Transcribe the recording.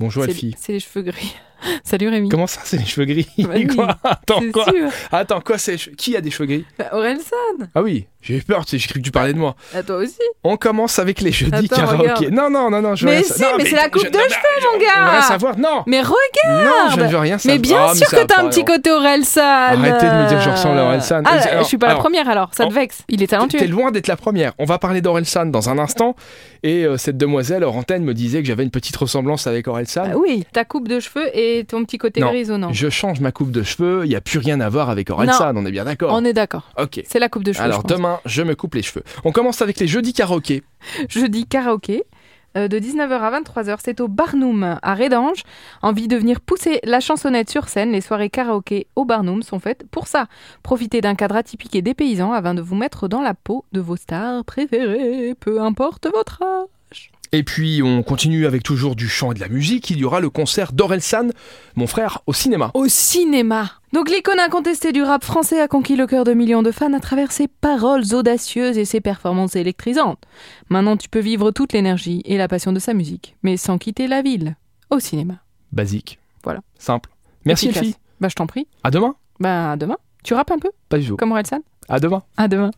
Bonjour C'est- Elfie. C'est les cheveux gris. Salut Rémi. Comment ça, c'est les cheveux gris Bah oui, Quoi Attends, C'est quoi sûr. Attends, quoi c'est les cheveux- Qui a des cheveux gris Bah, Orelsan, Ah oui, j'ai eu peur, tu sais, j'ai cru que tu parlais de moi. à toi aussi. On commence avec les jeudis Attends, karaoké. regarde. Non, non, non, non, je veux Mais rien sa- si, non, mais c'est la coupe je- de non, mais cheveux, mon Je voudrais gars. savoir. Non, Mais regarde. non, je ne veux rien savoir. Mais bien Ah, sûr ça que va t'as un pas, petit alors. côté Orelsan. Arrêtez de me dire que je ressemble à Orelsan. Ah, Et c'est- je suis pas alors- la première alors. Ça te Oh. vexe. Il est T'es talentueux. loin d'être la première. On va parler d'Orelsan dans un instant. Et euh, cette demoiselle, hors antenne, me disait que j'avais une petite ressemblance avec Orelsan. Ah oui, hein. ta coupe de cheveux et ton petit côté Non. grisonnant. Je change ma coupe de cheveux, il n'y a plus rien à voir avec Orelsan, on est bien d'accord On est d'accord. Ok. C'est la coupe de cheveux. Alors je pense. demain, je me coupe les cheveux. On commence avec les jeudis karaokés. jeudi karaoké euh, de 19h à 23h. C'est au Barnum à Rédange. Envie de venir pousser la chansonnette sur scène, les soirées karaoké au Barnum sont faites pour ça. Profitez d'un cadre atypique et dépaysant avant de vous mettre dans la peau de vos stars préférées, peu importe votre âge. Et puis on continue avec toujours du chant et de la musique. Il y aura le concert d'Orelsan, mon frère, au cinéma. Au cinéma. Donc l'icône incontestée du rap français a conquis le cœur de millions de fans à travers ses paroles audacieuses et ses performances électrisantes. Maintenant tu peux vivre toute l'énergie et la passion de sa musique, mais sans quitter la ville. Au cinéma. Basique. Voilà. Simple. Merci Efficace. Elfie. Bah je t'en prie. À demain Bah, à demain. Tu rappes un peu, Pas du tout. comme Orelsan À demain. À demain.